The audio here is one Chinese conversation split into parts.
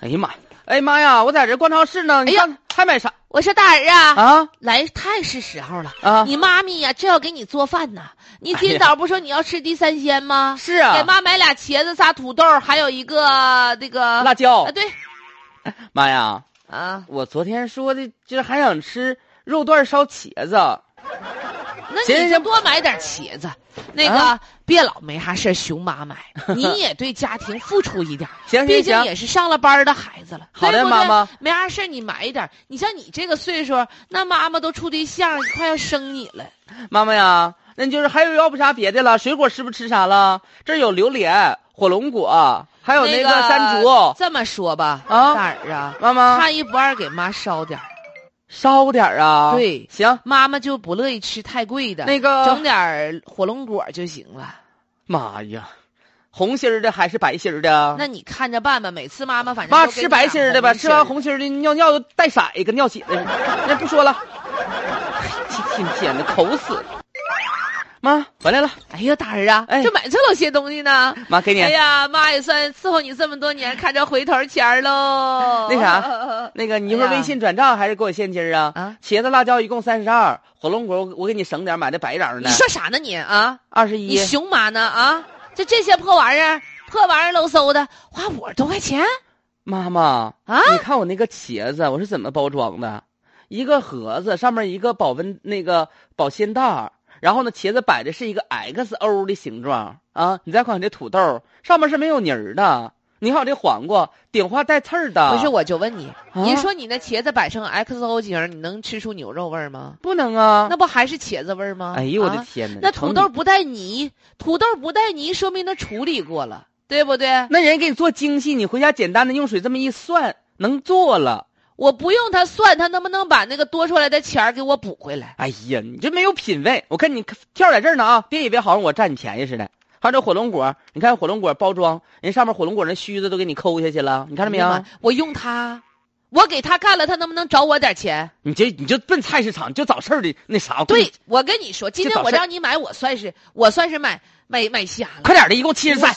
哎呀妈呀！哎妈呀！我在这逛超市呢，你哎呀看还买啥我说大儿啊，啊来太是时候了。啊？你妈咪呀、正要给你做饭呢。你哎今呀早不说你要吃地三鲜吗？是啊给妈买俩茄子、仨土豆，还有一个那个辣椒啊，。对妈呀！啊，我昨天说的，就是还想吃肉段烧茄子。那行你就行多买点茄子。那个、啊别老没啥事儿熊妈买，你也对家庭付出一点儿。 行毕行竟行，也是上了班儿的孩子了，好的对不对妈妈，没啥事儿你买一点儿。你像你这个岁数，那妈妈都处对象，快要生你了。妈妈呀，那就是还有要不啥别的了，水果吃不吃啥了？这儿有榴莲、火龙果，还有那个个山竹。哦这么说吧，啊大儿啊，妈妈，看一不二，给妈烧点儿烧点儿啊。对行，妈妈就不乐意吃太贵的，那个整点儿火龙果就行了。妈呀，红心儿的还是白心儿的？那你看着办吧，每次妈妈反正啊妈都给吃你白买心儿的吧，吃完儿红心儿的尿尿都带色一个尿血的。那不说了，哎天天天的口死了。妈回来了，哎呀，大儿啊，哎这买这老些东西呢。妈给你、哎呀，妈也算伺候你这么多年，看着回头钱儿 喽。那啥那个，你一会儿哎呀微信转账还是给我现金儿啊？啊，茄子、辣椒一共三十二，火龙果我我给你省点，买的白瓤儿你呢，说啥呢你啊？二十你一。熊妈呢啊？就这些破玩意儿，破玩意儿喽嗖的，花五十多块钱妈妈，啊？你看我那个茄子，我是怎么包装的？一个盒子上面一个保温那个保鲜袋儿，然后呢，茄子摆的是一个 XO 的形状啊。你再看我这土豆，上面是没有泥儿的。你看我这黄瓜，顶花带刺儿的。不是，我就问你，啊您说你那茄子摆成 XO 型儿，你能吃出牛肉味儿吗？不能啊。那不还是茄子味儿吗？哎呦我的啊天哪！那你瞅土你豆，不带泥，土豆不带泥，说明它处理过了，对不对？那人给你做精细，你回家简单的用水这么一涮，能做了。我不用它算，它能不能把那个多出来的钱儿给我补回来？哎呀，你这没有品位！我看你跳在这儿呢啊，别以为好像我占你便宜似的。还有这火龙果，你看火龙果包装，人上面火龙果那须子都给你抠下去了，你看着没哎呀有妈？我用它，我给他干了，他能不能找我点钱？你这你就奔菜市场就找事儿的那啥？我跟你对，，我跟你说，今这天早我上让你买，我算是我算是买买买瞎了。快点的，一共七十三。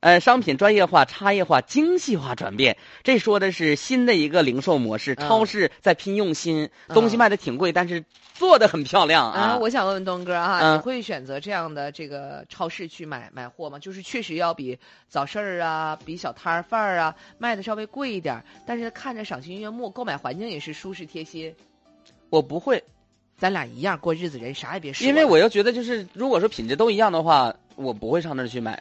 呃，商品专业化、差异化、精细化转变，这说的是新的一个零售模式。嗯超市在拼用心，嗯东西卖的挺贵，但是做的很漂亮啊，啊。我想问问东哥啊，嗯你会选择这样的这个超市去买买货吗？就是确实要比早市儿啊，比小摊儿贩儿啊卖的稍微贵一点儿，但是看着赏心悦目，购买环境也是舒适贴心。我不会，咱俩一样过日子人，啥也别说了。因为我又觉得，就是如果说品质都一样的话，我不会上那儿去买。